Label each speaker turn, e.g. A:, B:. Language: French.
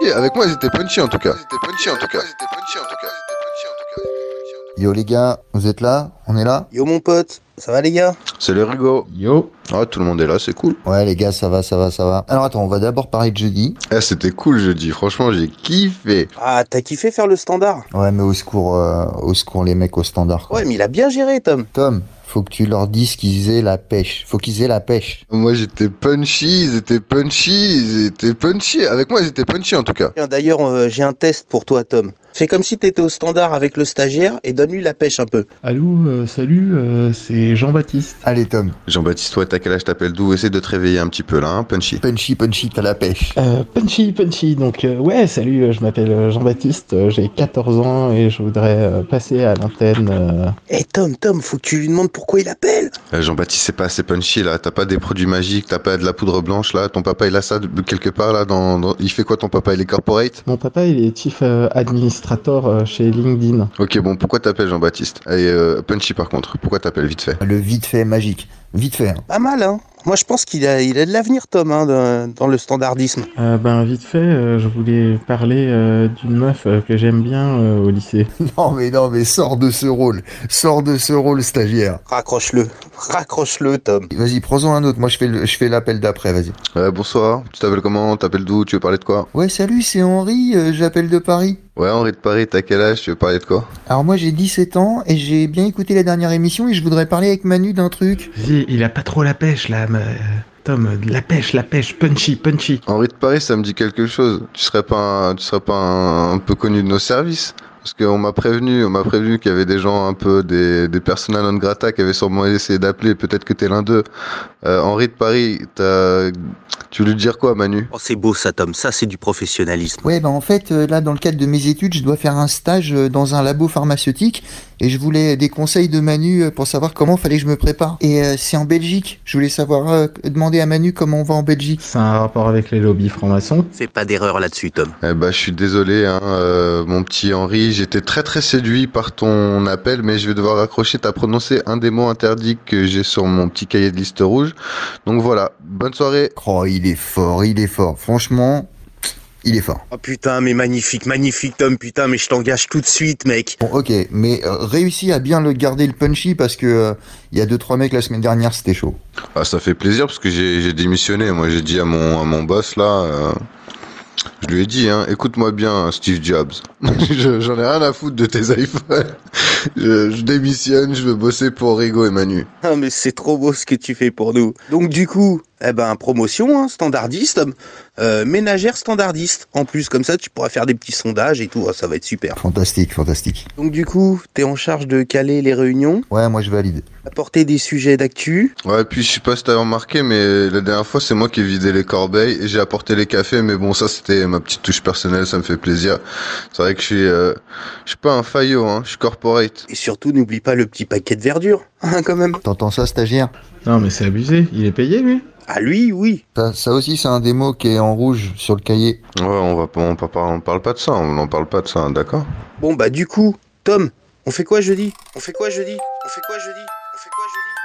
A: punchy, avec moi ils étaient punchy en tout cas.
B: Yo les gars, vous êtes là On est là
C: Yo mon pote, ça va les gars
A: C'est les rigots.
D: Yo
A: Ah, tout le monde est là, c'est cool.
B: Ouais les gars, ça va, ça va, ça va. Alors attends, on va d'abord parler de jeudi.
A: Eh, c'était cool jeudi, franchement j'ai kiffé.
C: Ah, t'as kiffé faire le standard
B: Ouais mais au secours, euh, au secours les mecs au standard. quoi.
C: Ouais, mais il a bien géré Tom.
B: Tom, faut que tu leur dises qu'ils aient la pêche. Faut qu'ils aient la pêche.
A: Moi j'étais punchy, ils étaient punchy, ils étaient punchy. Avec moi ils étaient punchy en tout cas.
C: Tiens, D'ailleurs, euh, j'ai un test pour toi Tom. Fais comme si t'étais au standard avec le stagiaire et donne-lui la pêche un peu.
D: Allô, euh, salut, euh, c'est Jean-Baptiste.
B: Allez Tom,
A: Jean-Baptiste, toi t'as quel âge t'appelles d'où Essaie de te réveiller un petit peu là, hein, punchy.
B: punchy, punchy, t'as la pêche.
D: Euh, punchy, punchy, donc euh, ouais, salut, euh, je m'appelle euh, Jean-Baptiste, euh, j'ai 14 ans et je voudrais euh, passer à l'antenne. euh.
C: Eh Tom, Tom, faut que tu lui demandes pourquoi il appelle.
A: Euh, Jean-Baptiste, c'est pas assez punchy là, t'as pas des produits magiques, t'as pas de la poudre blanche là, ton papa il a ça de- quelque part là, dans, dans- il fait quoi ton papa Il est corporate
D: Mon papa, il est chief euh, administrator euh, chez LinkedIn.
A: Ok bon, pourquoi t'appelles Jean-Baptiste Et euh, punchy par contre, pourquoi t'appelles vite fait
B: Le vite fait magique. Vite fait. hein.
C: Pas mal hein. Moi je pense qu'il a, il a de l'avenir Tom hein, dans, dans le standardisme.
D: Euh, ben vite fait, euh, je voulais parler euh, d'une meuf euh, que j'aime bien euh, au lycée.
B: Non mais non mais sors de ce rôle. Sors de ce rôle stagiaire.
C: Raccroche-le. Raccroche-le Tom.
B: Vas-y, prends-en un autre. Moi je fais le- je fais l'appel d'après, vas-y.
A: Ouais, bonsoir, tu t'appelles comment T'appelles d'où Tu veux parler de quoi
B: Ouais, salut, c'est Henri, euh, j'appelle de Paris.
A: Ouais, Henri de Paris, t'as quel âge Tu veux parler de quoi
B: Alors moi j'ai 17 ans et j'ai bien écouté la dernière émission et je voudrais parler avec Manu d'un truc.
D: Vas-y, il a pas trop la pêche là, mais, euh, Tom, de la pêche, la pêche, punchy, punchy.
A: Henri de Paris, ça me dit quelque chose. Tu serais pas un, tu serais pas un, un peu connu de nos services parce qu'on m'a prévenu, on m'a prévenu qu'il y avait des gens un peu des, des persona non grata qui avaient sûrement essayé d'appeler. Peut-être que t'es l'un d'eux. Euh, Henri de Paris, t'as, tu voulais dire quoi, Manu
C: Oh c'est beau ça Tom, ça c'est du professionnalisme.
B: Ouais, bah en fait, euh, là dans le cadre de mes études, je dois faire un stage euh, dans un labo pharmaceutique et je voulais des conseils de Manu euh, pour savoir comment fallait que je me prépare. Et euh, c'est en Belgique, je voulais savoir, euh, demander à Manu comment on va en Belgique.
D: C'est un rapport avec les lobbies francs-maçons.
C: Fais pas d'erreur là-dessus Tom.
A: Eh ben, je suis désolé, hein, euh, mon petit Henri. J'étais très très séduit par ton appel, mais je vais devoir raccrocher. T'as prononcé un des mots interdits que j'ai sur mon petit cahier de liste rouge. Donc voilà. Bonne soirée.
B: Oh, il est fort, il est fort. Franchement, il est fort.
C: Oh putain mais magnifique, magnifique Tom, putain mais je t'engage tout de suite mec.
B: Bon, ok, mais euh, réussis à bien le garder le punchy parce que euh, il y a deux trois mecs la semaine dernière, c'était chaud.
A: Ah, ça fait plaisir parce que j'ai j'ai démissionné. Moi, j'ai dit à mon, à mon boss là, euh, je lui ai dit, hein, écoute-moi bien, Steve Jobs. Je- J'en ai rien à foutre de tes iPhones. Je, je démissionne, je veux bosser pour Rigo et Manu.
C: Ah, mais c'est trop beau ce que tu fais pour nous. Donc, du coup, eh ben, promotion, hein, standardiste, euh, ménagère standardiste. En plus, comme ça, tu pourras faire des petits sondages et tout. Ah, ça va être super.
B: Fantastique, fantastique.
C: Donc, du coup, t'es en charge de caler les réunions,
B: Ouais, moi je valide.
C: apporter des sujets d'actu.
A: Ouais, puis je sais pas si t'as remarqué, mais la dernière fois, c'est moi qui ai vidé les corbeilles et j'ai apporté les cafés. Mais bon, ça, c'était ma petite touche personnelle, ça me fait plaisir. C'est vrai que je suis, euh, je suis pas un faillot, hein, je suis corporate.
C: Et surtout, n'oublie pas le petit paquet de verdure, hein, quand même.
B: T'entends ça, stagiaire
D: Non mais c'est abusé, il est payé lui
C: Ah, lui, oui.
B: ça, ça aussi, c'est un des mots qui est en rouge sur le cahier.
A: Ouais, on va pas, on, pa- on parle pas de ça, on n'en parle pas de ça, hein, d'accord?
C: Bon, bah, du coup, Tom, on fait quoi jeudi On fait quoi jeudi On fait quoi jeudi On fait quoi jeudi